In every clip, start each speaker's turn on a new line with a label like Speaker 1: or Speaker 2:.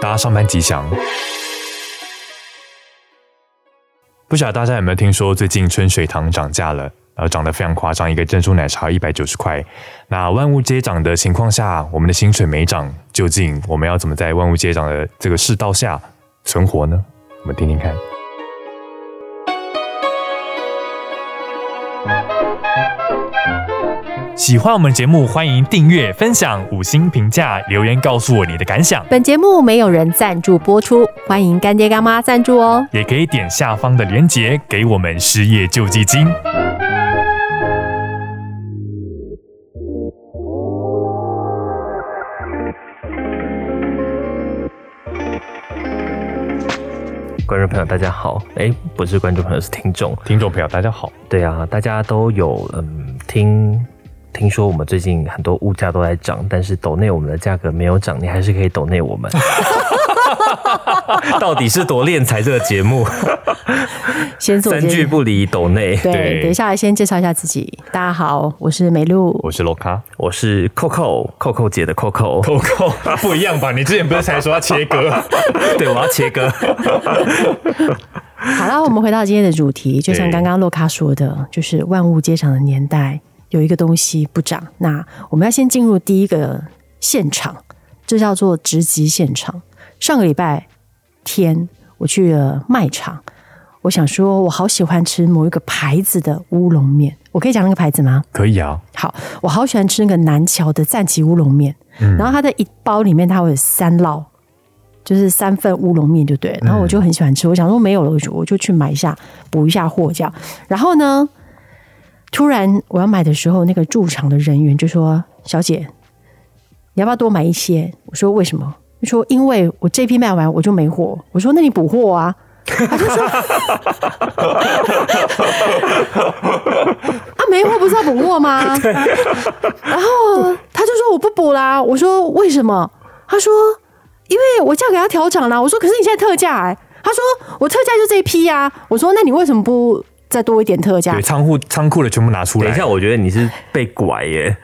Speaker 1: 大家上班吉祥。不晓得大家有没有听说，最近春水堂涨价了，呃，涨得非常夸张，一个珍珠奶茶一百九十块。那万物皆涨的情况下，我们的薪水没涨，究竟我们要怎么在万物皆涨的这个世道下存活呢？我们听听看。喜欢我们节目，欢迎订阅、分享、五星评价、留言告诉我你的感想。
Speaker 2: 本节目没有人赞助播出，欢迎干爹干妈赞助哦。
Speaker 1: 也可以点下方的链接给我们失业救济金。
Speaker 3: 观众朋友，大家好，哎，不是观众朋友，是听众。
Speaker 1: 听众朋友，大家好，
Speaker 3: 对啊，大家都有嗯听听说我们最近很多物价都在涨，但是抖内我们的价格没有涨，你还是可以抖内 我们。到底是多敛财这个节目，
Speaker 2: 先自我
Speaker 3: 三
Speaker 2: 介
Speaker 3: 句
Speaker 2: 绍，
Speaker 3: 不离抖内。
Speaker 2: 对，
Speaker 1: 对
Speaker 2: 等一下先介绍一下自己。大家好，我是梅露。
Speaker 1: 我是 Loka。
Speaker 3: 我是扣扣扣扣姐的扣扣，
Speaker 1: 扣扣哦不一样吧？你之前不是才说要切割？
Speaker 3: 对，我要切 割。
Speaker 2: 好了，我们回到今天的主题，就像
Speaker 1: 对
Speaker 2: 刚刚洛卡说
Speaker 3: 嗯
Speaker 2: 的，就是万物皆涨的年代，有一个东西不涨。那我们要先进入第一个现场，这叫做直击现场。上个礼拜天，我去了卖场，我想说，我好喜欢吃某一个牌子的乌龙面，我可以讲那个牌子吗？
Speaker 1: 可以啊，
Speaker 2: 好，我好喜欢吃那个南桥的赞岐乌龙面，然后它的一包里面它会有三烙，就是三份乌龙面，就对了。然后我就很喜欢吃，我想说没有了，我就我就去买一下补一下货这样。然后呢，突然我要买的时候，那个驻场的人员就说：“小姐，你要不要多买一些？”我说：“为什么？”他说：“因为我这批卖完我就没货。”我说：“那你补货啊。” 啊，没货不是要补货吗？ 然后他就说我不补啦。我说为什么？他说因为我价格要调涨啦。我说可是你现在特价哎、他说我特价就这一批啊。我说那你为什么不再多一点特价
Speaker 1: 对，？仓库仓库的全部拿出
Speaker 3: 等
Speaker 1: 来
Speaker 3: 一。下，我觉得你是被拐耶，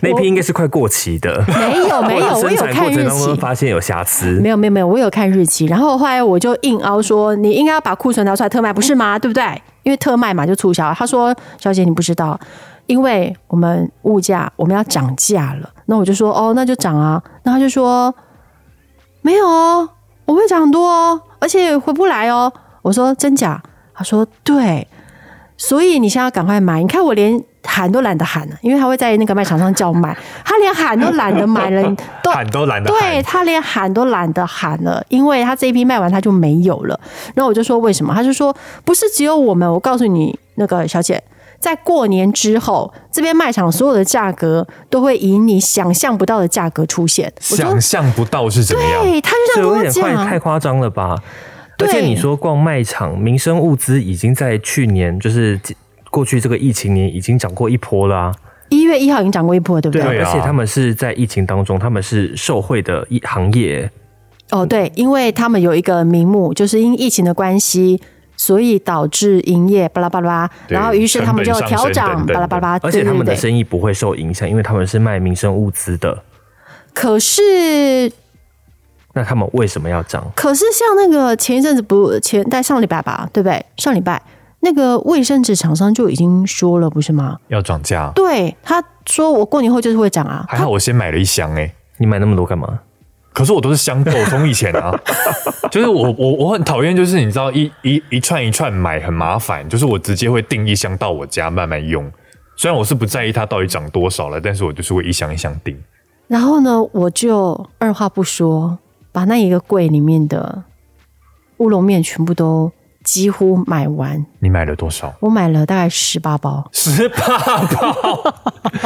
Speaker 3: 那批应该是快过期的。
Speaker 2: 没有没有，我
Speaker 3: 生
Speaker 2: 有
Speaker 3: 产
Speaker 2: 看
Speaker 3: 过程
Speaker 2: 日
Speaker 3: 当中
Speaker 2: 期。
Speaker 3: 发现有瑕疵
Speaker 2: 没，有没有没有，我有看日期，然后后来我就硬凹说你应该要把库存拿出来特卖，不是吗？对不对？因为特卖嘛就促销。他说小姐你不知道，因为我们物价我们要涨价了。那我就说哦那就涨啊，那他就说没有哦，我会涨很多哦，而且回不来哦。我说真假？他说对，所以你现在要赶快买。你看我连喊都懒得喊了，因为他会在那个卖场上叫卖，他连喊都懒得买了，都
Speaker 1: 喊都懒得
Speaker 2: 对
Speaker 1: 喊，
Speaker 2: 他连喊都懒得喊了，因为他这一批卖完他就没有了。然后我就说为什么？他就说不是只有我们，我告诉你那个小姐，在过年之后，这边卖场所有的价格都会以你想象不到的价格出现。我说
Speaker 1: 想象不到是怎么样？
Speaker 2: 对，他就这
Speaker 3: 这
Speaker 2: 样
Speaker 3: 有
Speaker 2: 跟我
Speaker 3: 点快，
Speaker 2: 讲
Speaker 3: 太，夸张了吧？
Speaker 2: 对
Speaker 3: 而且你说逛卖场，民生物资已经在去年，就是过去这个疫情年已经涨过一波啦、
Speaker 2: 一月一号已经涨过一波了，对不对？
Speaker 1: 对啊
Speaker 3: 而且他们是在疫情当中，他们是受惠的一行业，
Speaker 2: 哦，对，因为他们有一个名目，就是因疫情的关系。所以导致营业巴拉巴拉，
Speaker 1: 对
Speaker 2: 然后于是他们就
Speaker 1: 成本上
Speaker 2: 调
Speaker 1: 升等
Speaker 2: 涨
Speaker 1: 等
Speaker 2: 巴拉巴拉，
Speaker 3: 而且他们
Speaker 2: 对
Speaker 3: 的
Speaker 2: 对对
Speaker 3: 生意不会受影响，因为他们是卖民生物资的。
Speaker 2: 可是
Speaker 3: 那他们为什么要涨？
Speaker 2: 可是像那个前一阵子不前在上礼拜吧，对不对？上礼拜那个卫生纸厂商就已经说了，不是吗？
Speaker 1: 要涨价，
Speaker 2: 对，他说我过年后就是会涨啊。
Speaker 1: 还好我先买了一箱哎、
Speaker 3: 你买那么多干嘛？
Speaker 1: 可是我都是箱购，从以前啊，就是我我我很讨厌，就是你知道一一一串一串买很麻烦，就是我直接会订一箱到我家慢慢用。虽然我是不在意它到底涨多少了，但是我就是会一箱一箱订。
Speaker 2: 然后呢，我就二话不说，把那一个柜里面的乌龙面全部都几乎买完。
Speaker 1: 你买了多少？
Speaker 2: 我买了大概十八包，
Speaker 1: 十八包，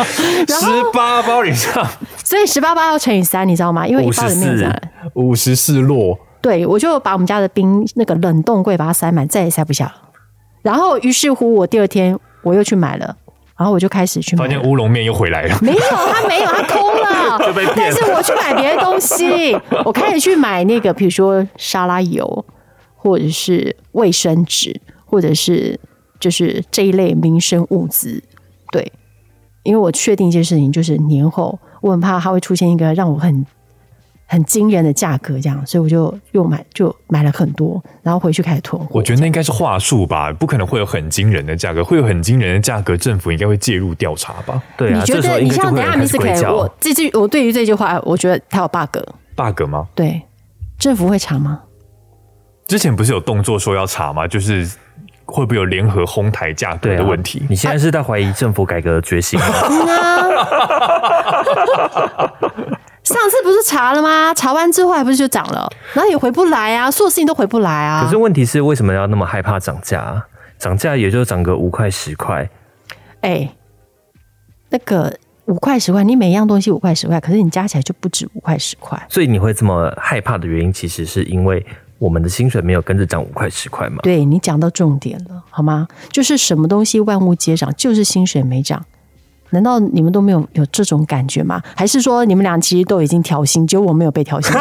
Speaker 1: 十八包以上
Speaker 2: 所以十八包要乘以三，你知道吗？因为一包里面有
Speaker 3: 54
Speaker 2: 三，
Speaker 1: 五十四落，
Speaker 2: 对我就把我们家的冰那个冷冻柜把它塞满，再也塞不下了。然后于是乎，我第二天我又去买了，然后我就开始去买
Speaker 1: 发
Speaker 2: 了。
Speaker 1: 现乌龙面又回来了。
Speaker 2: 没有，他没有，他空 了。但是我去买别的东西，我开始去买那个，比如说沙拉油，或者是卫生纸，或者是就是这一类民生物资。对，因为我确定一件事情，就是年后我很怕它会出现一个让我很很惊人的价格，这样，所以我就又买就买了很多，然后回去开始囤货。
Speaker 1: 我觉得那应该是话术吧，不可能会有很惊人的价格，会有很惊人的价格，政府应该会介入调查吧
Speaker 3: 对啊，
Speaker 2: 你觉
Speaker 3: 这时候
Speaker 2: 得
Speaker 3: 应
Speaker 2: 你
Speaker 3: 该就
Speaker 2: 像
Speaker 3: 会
Speaker 2: 等
Speaker 3: 有
Speaker 2: 一下
Speaker 3: 人开始
Speaker 2: Miss
Speaker 3: 鬼
Speaker 2: K，
Speaker 3: 叫
Speaker 2: 我。这句我对于这句话，我觉得它有 bug。
Speaker 1: ？bug 吗？
Speaker 2: 对，政府会查吗？
Speaker 1: 之前不是有动作说要查吗？就是会不会有联合哄抬价格
Speaker 3: 对啊
Speaker 1: 的问题？
Speaker 3: 你现在是在怀疑政府改革的决心吗？
Speaker 2: 啊 上次不是查了吗？查完之后还不是就涨了，然后也回不来啊，所有事情都回不来啊。
Speaker 3: 可是问题是，为什么要那么害怕涨价、啊？涨价也就涨个五块十块，
Speaker 2: 哎、那个五块十块，你每样东西五块十块，可是你加起来就不止五块十块。
Speaker 3: 所以你会这么害怕的原因，其实是因为我们的薪水没有跟着涨五块十 块嘛？
Speaker 2: 对你讲到重点了，好吗？就是什么东西万物皆涨，就是薪水没涨。难道你们都没有有这种感觉吗？还是说你们俩其实都已经调薪，只有我没有被 调薪？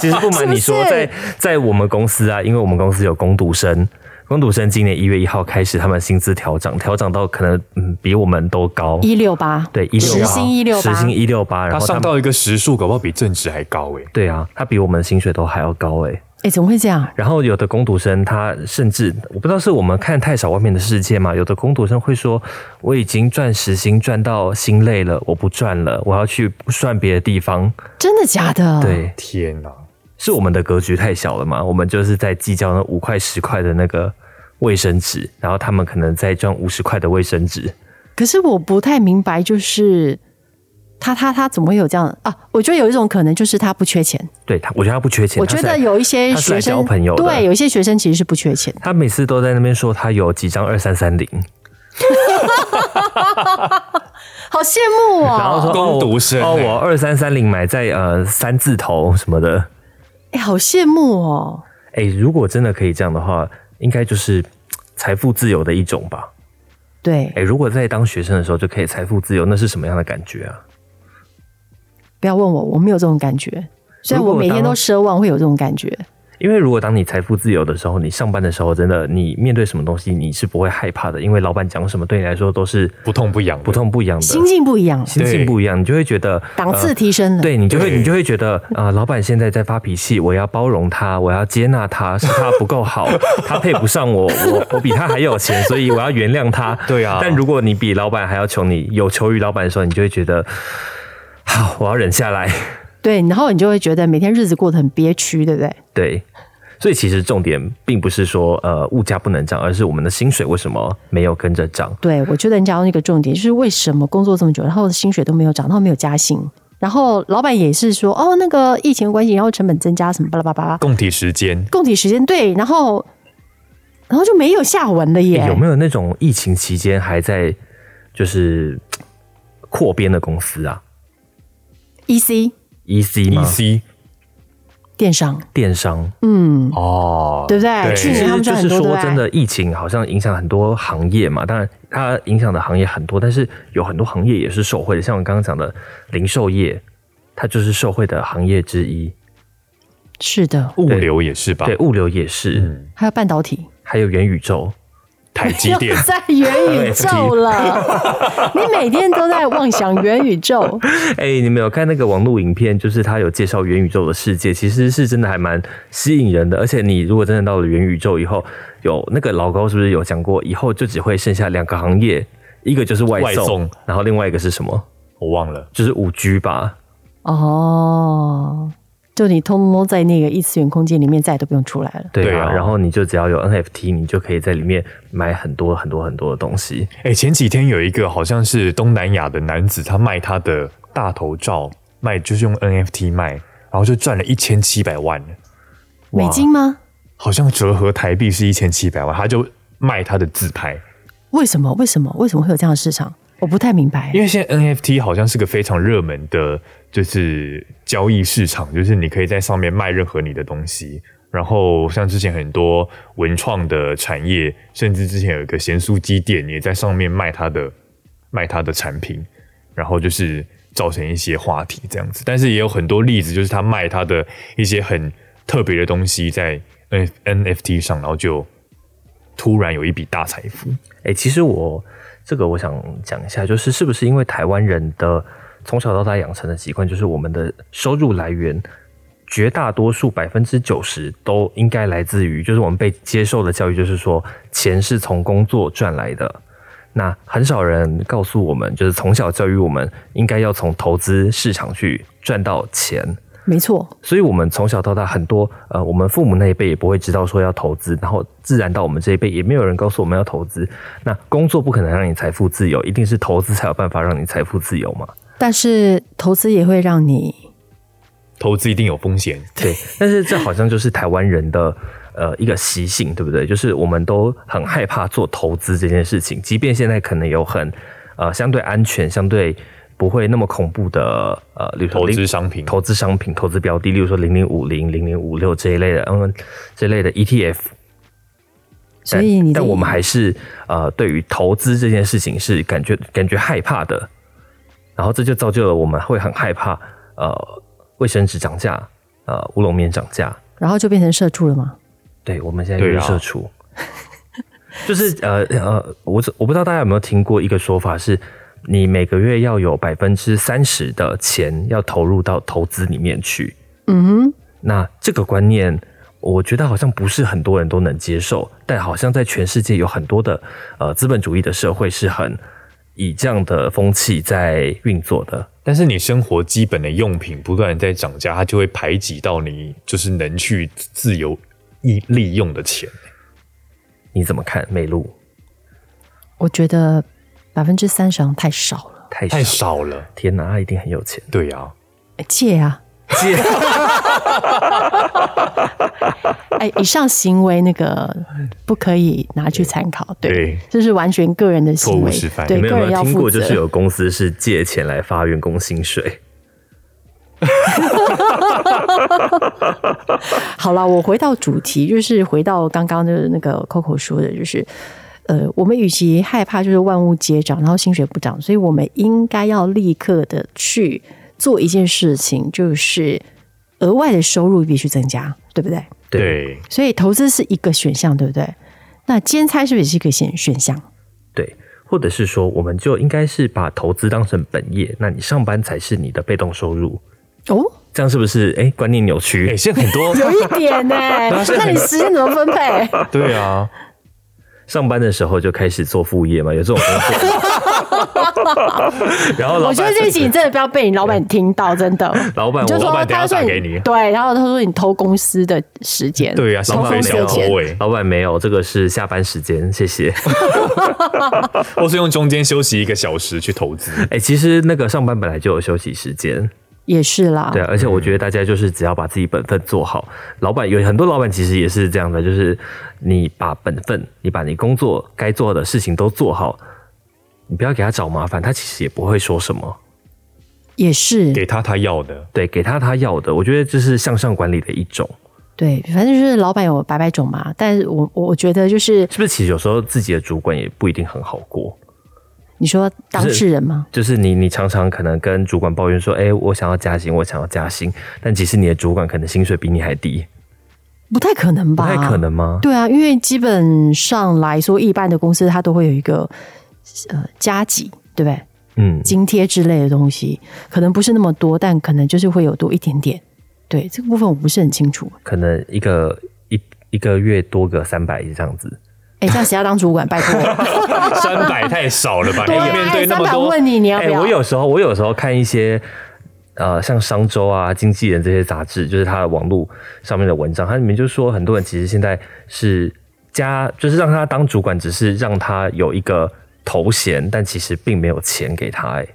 Speaker 3: 其实不瞒你说，
Speaker 2: 是不
Speaker 3: 在
Speaker 2: 是
Speaker 3: 在我们公司啊，因为我们公司有工读生，工读生今年一月一号开始，他们薪资调涨，调涨到可能嗯比我们都高。
Speaker 2: 一六八，
Speaker 3: 对，一六
Speaker 2: 时
Speaker 3: 八，
Speaker 2: 薪一六八，
Speaker 3: 时薪一六八，然
Speaker 1: 它
Speaker 3: 后
Speaker 1: 上
Speaker 3: 他们
Speaker 1: 到一个时数，搞不好比正值还高欸诶、
Speaker 3: 对啊，他比我们的薪水都还要高哎、
Speaker 2: 哎，怎么会这样？
Speaker 3: 然后有的工读生他甚至我不知道是我们看太少外面的世界嘛，有的工读生会说我已经赚时薪赚到心累了，我不赚了，我要去算别的地方。
Speaker 2: 真的假的？，
Speaker 3: 对，
Speaker 1: 天哪、
Speaker 3: 是我们的格局太小了嘛，我们就是在计较那五块十块的那个卫生纸，然后他们可能在赚五十块的卫生纸。
Speaker 2: 可是我不太明白，就是他他他怎么会有这样啊？我觉得有一种可能就是他不缺钱。
Speaker 3: 对他，我觉得他不缺钱，
Speaker 2: 我
Speaker 3: 他
Speaker 2: 觉
Speaker 3: 是
Speaker 2: 得
Speaker 3: 来
Speaker 2: 有一些
Speaker 3: 他是来
Speaker 2: 学
Speaker 3: 交
Speaker 2: 生
Speaker 3: 朋友的
Speaker 2: 对，有一些学生其实是不缺钱的。
Speaker 3: 他每次都在那边说他有几张二三三零，
Speaker 2: 好羡慕
Speaker 3: 然后
Speaker 2: 哦！
Speaker 3: 说
Speaker 1: 工读生
Speaker 3: 哦，
Speaker 1: 欸
Speaker 3: 我二三三零买在呃三字头什么的。
Speaker 2: 哎、好羡慕哦！
Speaker 3: 哎、如果真的可以这样的话，应该就是嘖财富自由的一种吧？
Speaker 2: 对
Speaker 3: 哎、，如果在当学生的时候就可以财富自由，那是什么样的感觉啊？
Speaker 2: 不要问我，我没有这种感觉。虽然
Speaker 3: 如
Speaker 2: 我
Speaker 3: 果
Speaker 2: 每天
Speaker 3: 当
Speaker 2: 都奢望会有这种感觉，
Speaker 3: 因为如果当你财富自由的时候，你上班的时候，真的你面对什么东西你是不会害怕的，因为老板讲什么对你来说都是
Speaker 1: 不痛不痒的，
Speaker 3: 不痛不痒的，
Speaker 2: 心境不一样了，
Speaker 3: 心境不一样，你就会觉得
Speaker 2: 档次
Speaker 3: 呃
Speaker 2: 提升了。
Speaker 3: 对你就会
Speaker 1: 对
Speaker 3: 你就会觉得啊、呃老板现在在发脾气，我要包容他，我要接 纳他，是他不够好，他配不上我，我我比他还有钱，所以我要原谅他。
Speaker 1: 对啊
Speaker 3: 但如果你比老板还要穷，你有求于老板的时候，你就会觉得。好，我要忍下来。
Speaker 2: 对然后你就会觉得每天日子过得很憋屈，对不对？
Speaker 3: 对，所以其实重点并不是说呃物价不能涨，而是我们的薪水为什么没有跟着涨？
Speaker 2: 对，我觉得你讲到一个重点，就是为什么工作这么久，然后薪水都没有涨，然后没有加薪，然后老板也是说，哦，那个疫情的关系，然后成本增加什么巴拉巴拉巴拉，
Speaker 1: 供体时间
Speaker 2: 供体时间对，然后然后就没有下文了耶。
Speaker 3: 有没有那种疫情期间还在就是嘖扩编的公司啊
Speaker 2: EC
Speaker 3: ？EC 吗
Speaker 1: EC
Speaker 2: ，E 电商，
Speaker 3: 电商
Speaker 2: 嗯，
Speaker 1: 哦，
Speaker 2: 对不对去
Speaker 3: 其
Speaker 2: 年
Speaker 3: 实
Speaker 2: 嗯他们
Speaker 3: 就
Speaker 2: 赚
Speaker 3: 是
Speaker 2: 很多对不
Speaker 3: 说
Speaker 2: 对
Speaker 3: 真的，疫情好像影响很多行业嘛。当然，它影响的行业很多，但是有很多行业也是受惠的，像我刚刚讲的零售业，它就是受惠的行业之一。
Speaker 2: 是的，
Speaker 1: 物流也是吧？
Speaker 3: 对，物流也是，
Speaker 1: 嗯，
Speaker 2: 还有半导体，
Speaker 3: 还有元宇宙。
Speaker 1: 台积电
Speaker 2: 在元宇宙了，你每天都在妄想元宇宙，
Speaker 3: 哎、你们有看那个网络影片，就是它有介绍元宇宙的世界，其实是真的还蛮吸引人的。而且你如果真的到了元宇宙以后，有那个老高是不是有讲过，以后就只会剩下两个行业，一个就是外
Speaker 1: 外送
Speaker 3: 然后另外一个是什么？
Speaker 1: 我忘了。
Speaker 3: 就是五 G 吧。
Speaker 2: 哦，就你偷摸在那个异次元空间里面，再也都不用出来了。
Speaker 3: 对
Speaker 1: 对
Speaker 3: 啊，
Speaker 1: 啊
Speaker 3: 然后你就只要有 NFT，你就可以在里面买很多很多很多的东西。
Speaker 1: 哎、前几天有一个好像是东南亚的男子，他卖他的大头照，卖就是用 NFT 卖，然后就赚了一千七百万，
Speaker 3: 哇
Speaker 2: 美金吗？
Speaker 1: 好像折合台币是一千七百万，他就卖他的自拍，
Speaker 2: 为什么？为什么？为什么会有这样的市场？我不太明白
Speaker 1: 因。为现在 NFT 好像是个非常热门的，就是交易市场，就是你可以在上面卖任何你的东西。然后像之前很多文创的产业，甚至之前有一个咸酥鸡店也在上面卖它的卖它的产品，然后就是造成一些话题这样子。但是也有很多例子，就是他卖他的一些很特别的东西在 N NFT 上，然后就突然有一笔大财富。
Speaker 3: 哎，其实我这个我想讲一下，就是是不是因为台湾人的从小到大养成的习惯，就是我们的收入来源绝大多数百分之九十都应该来自于，就是我们被接受的教育，就是说钱是从工作赚来的。那很少人告诉我们，就是从小教育我们应该要从投资市场去赚到钱。
Speaker 2: 没错，
Speaker 3: 所以我们从小到大很多呃，我们父母那一辈也不会知道说要投资，然后自然到我们这一辈也没有人告诉我们要投资。那工作不可能让你财富自由，一定是投资才有办法让你财富自由嘛？
Speaker 2: 但是投资也会让你
Speaker 1: 投资一定有风险，
Speaker 3: 对。但是这好像就是台湾人的。呃，一个习性，对不对？就是我们都很害怕做投资这件事情，即便现在可能有很呃相对安全、相对不会那么恐怖的呃，例如说
Speaker 1: 投资
Speaker 3: 零
Speaker 1: 商品
Speaker 3: 投资商品、投资标的，例如说零零五零、零零五六这一类的，嗯，这一类的 ETF。
Speaker 2: 所以你的
Speaker 3: 哎但但我们还是呃，对于投资这件事情是感觉感觉害怕的，然后这就造就了我们会很害怕呃，卫生纸涨价，呃，乌龙面涨价，
Speaker 2: 然后就变成社畜了吗？
Speaker 3: 对，我们现在
Speaker 1: 对
Speaker 3: 约
Speaker 1: 啊
Speaker 3: 社畜， 就是呃呃，我只我不知道大家有没有听过一个说法是，你每个月要有百分之三十的钱要投入到投资里面去。
Speaker 2: 嗯哼，
Speaker 3: 那这个观念，我觉得好像不是很多人都能接受，但好像在全世界有很多的呃资本主义的社会是很以这样的风气在运作的。
Speaker 1: 但是你生活基本的用品不断地在涨价，它就会排挤到你就是能去自由利利用的钱。
Speaker 3: 你怎么看？美露
Speaker 2: 我觉得百分之三十太少了，
Speaker 3: 太
Speaker 1: 太
Speaker 3: 少，
Speaker 1: 少了。
Speaker 3: 天哪，他一定很有钱。
Speaker 1: 对呀、啊，
Speaker 2: 哎借啊！
Speaker 3: 借
Speaker 2: 哎，以上行为那个不可以拿去参考，对，
Speaker 1: 对
Speaker 2: 这是完全个人的行
Speaker 1: 错误
Speaker 2: 为
Speaker 1: 示范
Speaker 2: 对，
Speaker 3: 你们有
Speaker 2: 个人
Speaker 3: 没有
Speaker 2: 要
Speaker 3: 听
Speaker 2: 负
Speaker 3: 过，
Speaker 2: 责。
Speaker 3: 就是有公司是借钱来发员工薪水？
Speaker 2: 好了，我回到主题，就是回到刚刚的那个 Coco 说的，就是呃，我们与其害怕就是万物皆涨，然后薪水不涨，所以我们应该要立刻的去做一件事情，就是额外的收入必须增加，对不对？
Speaker 3: 对
Speaker 1: 对，
Speaker 2: 所以投资是一个选项，对不对？那兼差是不是也是一个选选项？
Speaker 3: 对，或者是说，我们就应该是把投资当成本业，那你上班才是你的被动收入，
Speaker 2: 哦，
Speaker 3: 这样是不是？哎，观念扭曲。
Speaker 1: 哎、现在很多
Speaker 2: 有一点呢、
Speaker 3: 啊
Speaker 2: 那你时间怎么分配？
Speaker 1: 对啊，
Speaker 3: 上班的时候就开始做副业嘛，有这种工 作吗。然后老
Speaker 2: 我觉得
Speaker 3: 板，
Speaker 2: 这一集你真的不要被你老板听到，真的。
Speaker 3: 老板
Speaker 2: 你就
Speaker 1: 我
Speaker 2: 说
Speaker 1: 老板等
Speaker 2: 他
Speaker 1: 下
Speaker 2: 说
Speaker 1: 打给你
Speaker 2: 对，然后他说你偷公司的时间，
Speaker 1: 对啊，
Speaker 2: 偷
Speaker 1: 消费
Speaker 2: 公司
Speaker 1: 小
Speaker 2: 的
Speaker 1: 头
Speaker 2: 钱，
Speaker 1: 尾，
Speaker 3: 老板没有，这个是下班时间，谢谢。
Speaker 1: 或是用中间休息一个小时去投资。
Speaker 3: 哎，其实那个上班本来就有休息时间，
Speaker 2: 也是啦。
Speaker 3: 对啊，而且我觉得大家就是只要把自己本分做好，老板有很多老板其实也是这样的，就是你把本分，你把你工作该做的事情都做好，你不要给他找麻烦，他其实也不会说什么。
Speaker 2: 也是
Speaker 1: 给他他要的，
Speaker 3: 对，给他他要的，我觉得这是向上管理的一种，
Speaker 2: 对，反正就是老板有百百种嘛。但是我我我觉得就是
Speaker 3: 是不是？其实有时候自己的主管也不一定很好过，
Speaker 2: 你说当事人嘛，
Speaker 3: 就是你你常常可能跟主管抱怨说，哎、我想要加薪，我想要加薪，但其实你的主管可能薪水比你还低，
Speaker 2: 不太可能
Speaker 3: 不
Speaker 2: 吧？
Speaker 3: 太可。能吗？
Speaker 2: 对啊，因为基本上来说，一般的公司它都会有一个呃加急，对不对？
Speaker 3: 嗯，
Speaker 2: 津贴之类的东西，可能不是那么多，但可能就是会有多一点点。对这个部分我不是很清楚。
Speaker 3: 可能一个一一个月多个三百这样子。
Speaker 2: 哎，这样谁要当主管？拜托。
Speaker 1: 三百太少了吧？你
Speaker 2: 对啊
Speaker 1: 哎面对那么
Speaker 2: 三百
Speaker 1: 多，
Speaker 2: 问你你要不
Speaker 3: 哎、
Speaker 2: 要？
Speaker 3: 我有时候我有时候看一些呃，像商周啊、经纪人这些杂志，就是它的网络上面的文章，它里面就说很多人其实现在是加，就是让他当主管，只是让他有一个头衔，但其实并没有钱给他、 哎，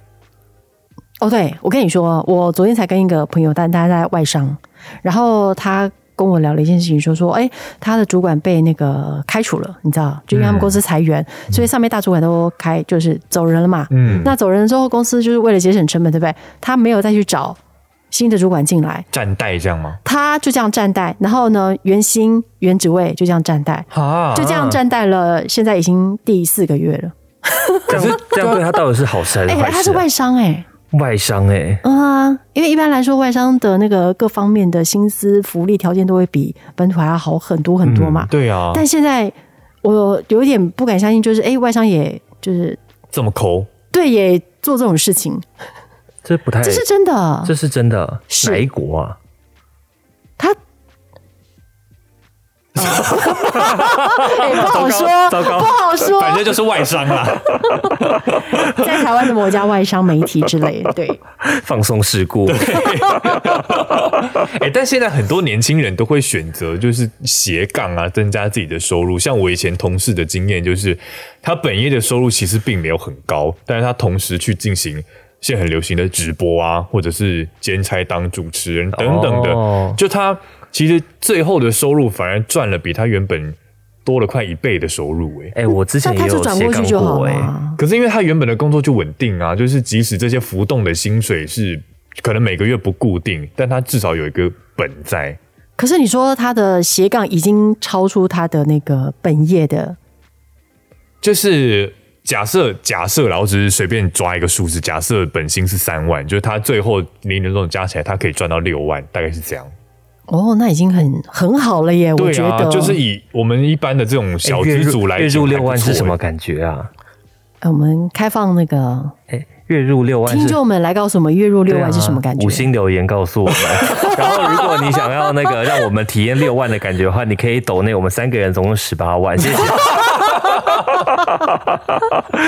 Speaker 2: 哦，对，我跟你说，我昨天才跟一个朋友，但他在外商，然后他跟我聊了一件事情，说说，哎，他的主管被那个开除了，你知道，就因为
Speaker 3: 嗯
Speaker 2: 他们公司裁员，所以上面大主管都开就是走人了嘛。
Speaker 1: 嗯，
Speaker 2: 那走人之后，公司就是为了节省成本，对不对？他没有再去找新的主管进来，
Speaker 1: 站代这样吗？
Speaker 2: 他就这样站待，然后呢，原薪原职位就这样站待，
Speaker 1: 啊
Speaker 2: 就这样站待了，现在已经第四个月了。
Speaker 3: 这样这样对他到底是好事还是
Speaker 2: 哎、
Speaker 3: 坏事啊、
Speaker 2: 他是外商哎、
Speaker 3: 外商哎、
Speaker 2: 嗯啊，因为一般来说，外商的那个各方面的薪资、福利条件都会比本土还要好很多很多嘛。
Speaker 3: 嗯
Speaker 1: 对啊，
Speaker 2: 但现在我有一点不敢相信，就是哎、诶外商也就是
Speaker 1: 这么抠，
Speaker 2: 对也做这种事情，
Speaker 3: 这不太
Speaker 2: 这是真的
Speaker 3: 这。是真的，
Speaker 2: 是
Speaker 3: 哪一国啊？
Speaker 2: 他。 哎、不好说，
Speaker 1: 糟糕
Speaker 2: 不好说。
Speaker 1: 反正就是外商啦。
Speaker 2: 在台湾的某家外商媒体之类，对，
Speaker 3: 放松 事故，
Speaker 1: 哎、但现在很多年轻人都会选择就是斜杠啊，增加自己的收入。像我以前同事的经验就是，他本业的收入其实并没有很高，但是他同时去进行现在很流行的直播啊，或者是兼差当主持人等等的，
Speaker 3: 哦
Speaker 1: 就他其实最后的收入反而赚了比他原本多了快一倍的收入、欸，
Speaker 3: 哎、 我之前
Speaker 2: 那
Speaker 3: 也
Speaker 2: 他就
Speaker 3: 有
Speaker 2: 转
Speaker 3: 斜
Speaker 2: 过
Speaker 3: 杠
Speaker 2: 去就好
Speaker 3: 过、
Speaker 2: 了
Speaker 3: 哎、
Speaker 2: 啊。
Speaker 1: 可是因为他原本的工作就稳定啊，就是即使这些浮动的薪水是可能每个月不固定，但他至少有一个本在。
Speaker 2: 可是你说他的斜杠已经超出他的那个本业的，
Speaker 1: 就是假设假设啦，我只是随便抓一个数字，假设本薪是三万，就是他最后零零总加起来，他可以赚到六万，大概是这样。
Speaker 2: 哦，那已经很很好了耶。我
Speaker 1: 对
Speaker 2: 觉
Speaker 1: 啊
Speaker 2: 得，
Speaker 1: 就是以我们一般的这种小资族来
Speaker 3: 哎月
Speaker 1: 讲，
Speaker 3: 入六
Speaker 1: 还
Speaker 3: 万
Speaker 1: 不错哎
Speaker 3: 是什么？感觉啊？
Speaker 2: 呃我们开放那个
Speaker 3: 哎、月入六万
Speaker 2: 听
Speaker 3: 是。
Speaker 2: 众们来告诉我们月入六
Speaker 3: 对啊
Speaker 2: 万是什么感觉。
Speaker 3: 五星留言告诉 我们。然后，如果你想要那个让我们体验六万的感觉的话，你可以抖内我们三个人总共十八万。谢 谢。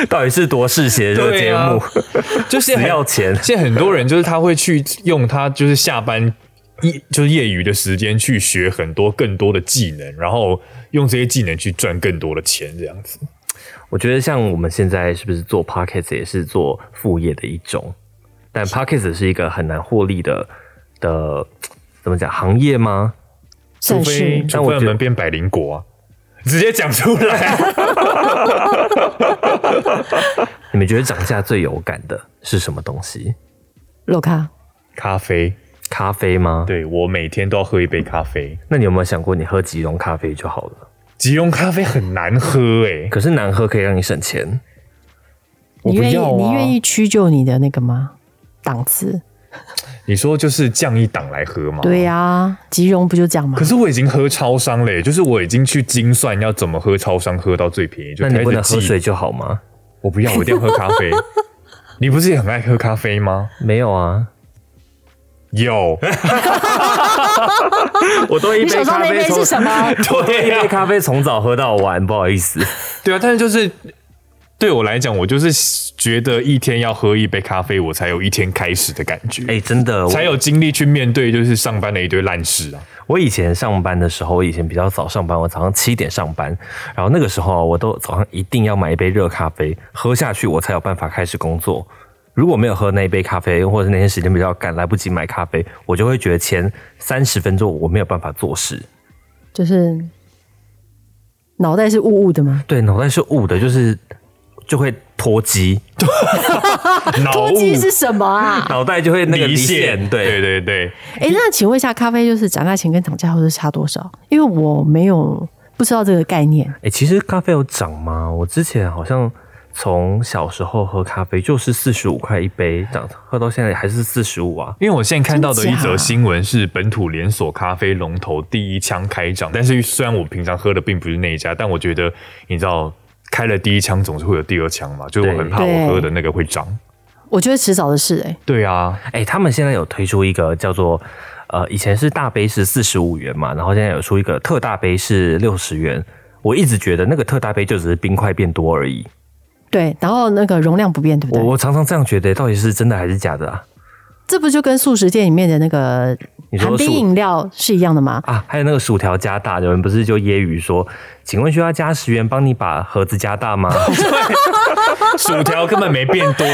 Speaker 3: 到底是多嗜血这个
Speaker 1: 对
Speaker 3: 节
Speaker 1: 啊
Speaker 3: 目？
Speaker 1: 就是
Speaker 3: 只
Speaker 1: 很
Speaker 3: 要钱
Speaker 1: 现在很多人就是他会去用他就是下班一就是业余的时间去学很多更多的技能，然后用这些技能去赚更多的钱，这样子。
Speaker 3: 我觉得像我们现在是不是做 podcast 也是做副业的一种，但 podcast 是一个很难获利的的怎么讲行业吗？
Speaker 1: 除
Speaker 2: 算
Speaker 1: 非
Speaker 2: 是
Speaker 1: 除
Speaker 3: 但我
Speaker 1: 非
Speaker 3: 觉
Speaker 1: 我
Speaker 3: 得
Speaker 1: 们变百灵果、啊，直接讲出 来。
Speaker 3: 你们觉得涨价最有感的是什么东西？
Speaker 2: 洛卡，
Speaker 1: 咖啡，
Speaker 3: 咖啡吗？
Speaker 1: 对我每天都要喝一杯咖啡。
Speaker 3: 那你有没有想过，你喝即溶咖啡就好了？
Speaker 1: 即溶咖啡很难喝欸诶、
Speaker 3: 可是难喝可以让你省钱，
Speaker 1: 我
Speaker 2: 你
Speaker 1: 不
Speaker 2: 愿意、
Speaker 1: 要啊
Speaker 2: 你愿意屈就你的那个吗？档次？
Speaker 1: 你说就是降一档来喝吗？
Speaker 2: 对呀、吉荣不就这样吗
Speaker 1: 可？是我已经喝超商嘞、就是我已经去精算要怎么喝超商喝到最便宜，就
Speaker 3: 那
Speaker 1: 开
Speaker 3: 你不
Speaker 1: 始
Speaker 3: 能喝
Speaker 1: 记
Speaker 3: 水就好吗？
Speaker 1: 我不要，我一定要喝咖 啡。你不是也很爱喝咖啡吗？
Speaker 3: 没有啊，
Speaker 1: 有，
Speaker 3: 我都一
Speaker 2: 你手上那杯是什 么？
Speaker 3: 对、一杯咖啡从早喝到晚，不好意思。
Speaker 1: 对啊，但是就是对我来讲，我就是觉得一天要喝一杯咖啡，我才有一天开始的感觉，
Speaker 3: 哎、真的，我
Speaker 1: 才有精力去面对就是上班的一堆烂 事啊。
Speaker 3: 我以前上班的时候，我以前比较早上班，我早上七点上班，然后那个时候啊我都早上一定要买一杯热咖啡，喝下去我才有办法开始工作。如果没有喝那一杯咖啡，或者是那天时间比较赶，来不及买咖啡，我就会觉得前三十分钟我没有办法做事，
Speaker 2: 就是脑袋是雾雾 的吗？
Speaker 3: 对，脑袋是雾的，就是就会脱机，
Speaker 1: 脑
Speaker 2: 脱
Speaker 1: 雾
Speaker 2: 机是什么啊？
Speaker 3: 脑袋就会那个
Speaker 1: 离
Speaker 3: 离
Speaker 1: 线
Speaker 3: 线，，对
Speaker 1: 对对对，
Speaker 2: 哎、那请问一下，咖啡就是涨价前跟涨价后是差多少？因为我没有不知道这个概念。
Speaker 3: 哎、其实咖啡有涨吗？我之前好像从小时候喝咖啡就是四十五块一杯，涨喝到现在还是四十五啊。
Speaker 1: 因为我现在看到的一
Speaker 2: 真
Speaker 1: 则
Speaker 2: 假
Speaker 1: 新闻是本土连锁咖啡龙头第一枪开张，但是虽然我平常喝的并不是那一家，但我觉得你知道开了第一枪总是会有第二枪嘛，就是我很怕我喝的那个会涨。
Speaker 2: 我觉得迟早的事、哎，
Speaker 1: 对啊，
Speaker 3: 哎、他们现在有推出一个叫做，呃，以前是大杯是四十五元嘛，然后现在有出一个特大杯是六十元。我一直觉得那个特大杯就只是冰块变多而已，
Speaker 2: 对，然后那个容量不变，对不
Speaker 3: 我
Speaker 2: 对？
Speaker 3: 我常常这样觉得，到底是真的还是假的啊？
Speaker 2: 这不就跟素食店里面的那个
Speaker 3: 你说
Speaker 2: 含冰
Speaker 3: 素
Speaker 2: 饮料是一样的吗？
Speaker 3: 啊，还有那个薯条加大，有人不是就揶揄说，请问需要加十元帮你把盒子加 大吗？
Speaker 1: 薯条根本没变多，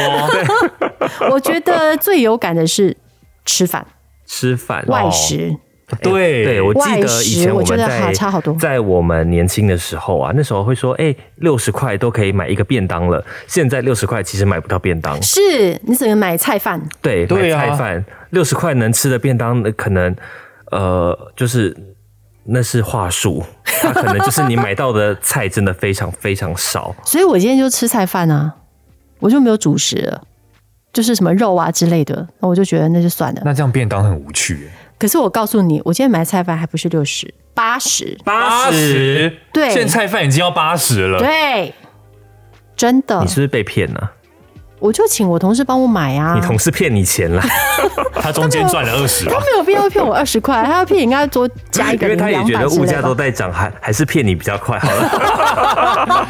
Speaker 2: 我觉得最有感的是吃饭
Speaker 3: 吃饭
Speaker 2: 外食，
Speaker 1: 对
Speaker 3: 哎对，我记
Speaker 2: 外
Speaker 3: 得以
Speaker 2: 食
Speaker 3: 前
Speaker 2: 我
Speaker 3: 们
Speaker 2: 觉得
Speaker 3: 在
Speaker 2: 好差好多
Speaker 3: 在我们年轻的时候啊，那时候会说，哎、六十块都可以买一个便当了。现在六十块其实买不到便当，
Speaker 2: 是你只能买菜饭，
Speaker 3: 对，
Speaker 1: 对啊
Speaker 3: 买菜饭六十块能吃的便当，那可能呃，就是那是话术，它可能就是你买到的菜真的非常非常少。
Speaker 2: 所以我今天就吃菜饭啊，我就没有主食了，就是什么肉啊之类的，那我就觉得那就算了。
Speaker 1: 那这样便当很无趣、
Speaker 2: 可是我告诉你，我今天买菜饭还不是六十，八十，
Speaker 1: 八十，
Speaker 2: 对
Speaker 1: 现在菜饭已经要八十了，
Speaker 2: 对，真的
Speaker 3: 你，是不是被骗了、
Speaker 2: 我就请我同事帮我买啊。
Speaker 3: 你同事骗你钱啦，
Speaker 1: 他中间赚了二十吧
Speaker 2: 他。没有必要骗我二十块，他要骗人家多加一个
Speaker 3: 因为
Speaker 2: 零
Speaker 3: 他也
Speaker 2: 两
Speaker 3: 觉
Speaker 2: 百
Speaker 3: 得
Speaker 2: 之
Speaker 3: 物
Speaker 2: 类
Speaker 3: 价都
Speaker 2: 的。
Speaker 3: 在涨，还还是骗你比较快好了。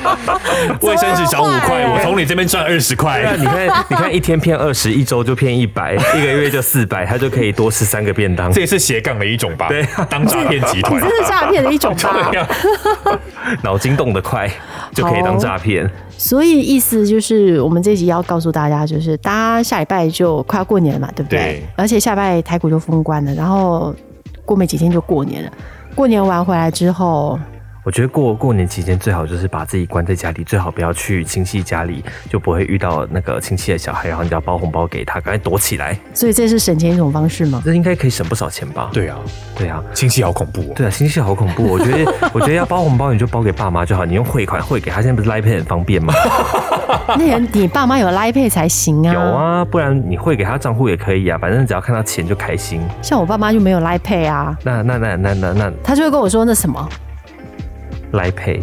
Speaker 1: 卫生纸涨五块，
Speaker 2: 这么坏
Speaker 1: 我从你这边赚二十
Speaker 3: 对
Speaker 1: 块。
Speaker 3: 啊，你看你看一天骗二十，一周就骗一百，一个月就四百，他就可以多吃三个便当
Speaker 1: 这。也是斜杠的一种吧？对，当诈骗集
Speaker 2: 你
Speaker 1: 团啊
Speaker 2: 这。是诈骗的一种吧
Speaker 1: 对？
Speaker 3: 啊
Speaker 1: 呀
Speaker 3: 脑筋动得快，就可以当诈骗。
Speaker 2: 所以意思就是，我们这集要告诉大家，就是大家下礼拜就快要过年了嘛，对不对？
Speaker 1: 对
Speaker 2: 而且下礼拜台股就封关了，然后过没几天就过年了。过年完回来之后，
Speaker 3: 我觉得过过年期间最好就是把自己关在家里，最好不要去亲戚家里，就不会遇到那个亲戚的小孩，然后你要包红包给他，赶快躲起来。
Speaker 2: 所以这是省钱一种方式 吗？
Speaker 3: 这应该可以省不少钱吧？
Speaker 1: 对啊，
Speaker 3: 对啊，
Speaker 1: 亲戚好恐怖哦。
Speaker 3: 对啊，亲戚好恐怖。我觉得我觉得要包红包你就包给爸妈就好，你用汇款汇给他，现在不是 Line Pay 很方 便吗？
Speaker 2: 那人你爸妈有 Line Pay 才行啊。
Speaker 3: 有。啊，不然你汇给他账户也可以啊，反正只要看到钱就开心。
Speaker 2: 像我爸妈就没有 Line Pay 啊，
Speaker 3: 那那那那那那
Speaker 2: 他就会跟我说那什么，
Speaker 3: Line Pay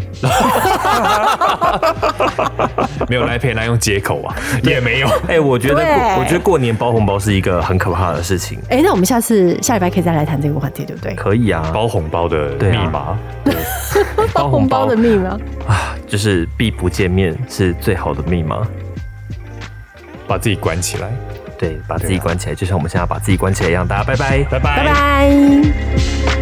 Speaker 1: 哦没有来陪来用接口啊，也没有。
Speaker 3: 哎、我觉得
Speaker 2: 对
Speaker 3: 过我觉得过年包红包是一个很可怕的事情。
Speaker 2: 哎，那我们下次下礼拜可以再来谈这个话题，对不对？
Speaker 3: 可以啊，
Speaker 1: 包
Speaker 3: 包
Speaker 1: 红包的
Speaker 3: 对
Speaker 1: 密
Speaker 3: 啊
Speaker 1: 码，
Speaker 3: 包红包
Speaker 2: 密码，
Speaker 3: 就是避不见面是最好的密码。
Speaker 1: 把自己关起来。
Speaker 3: 对，把自己关起来，就像我们现在把自己关起来一样。大家拜拜，拜
Speaker 2: 拜拜。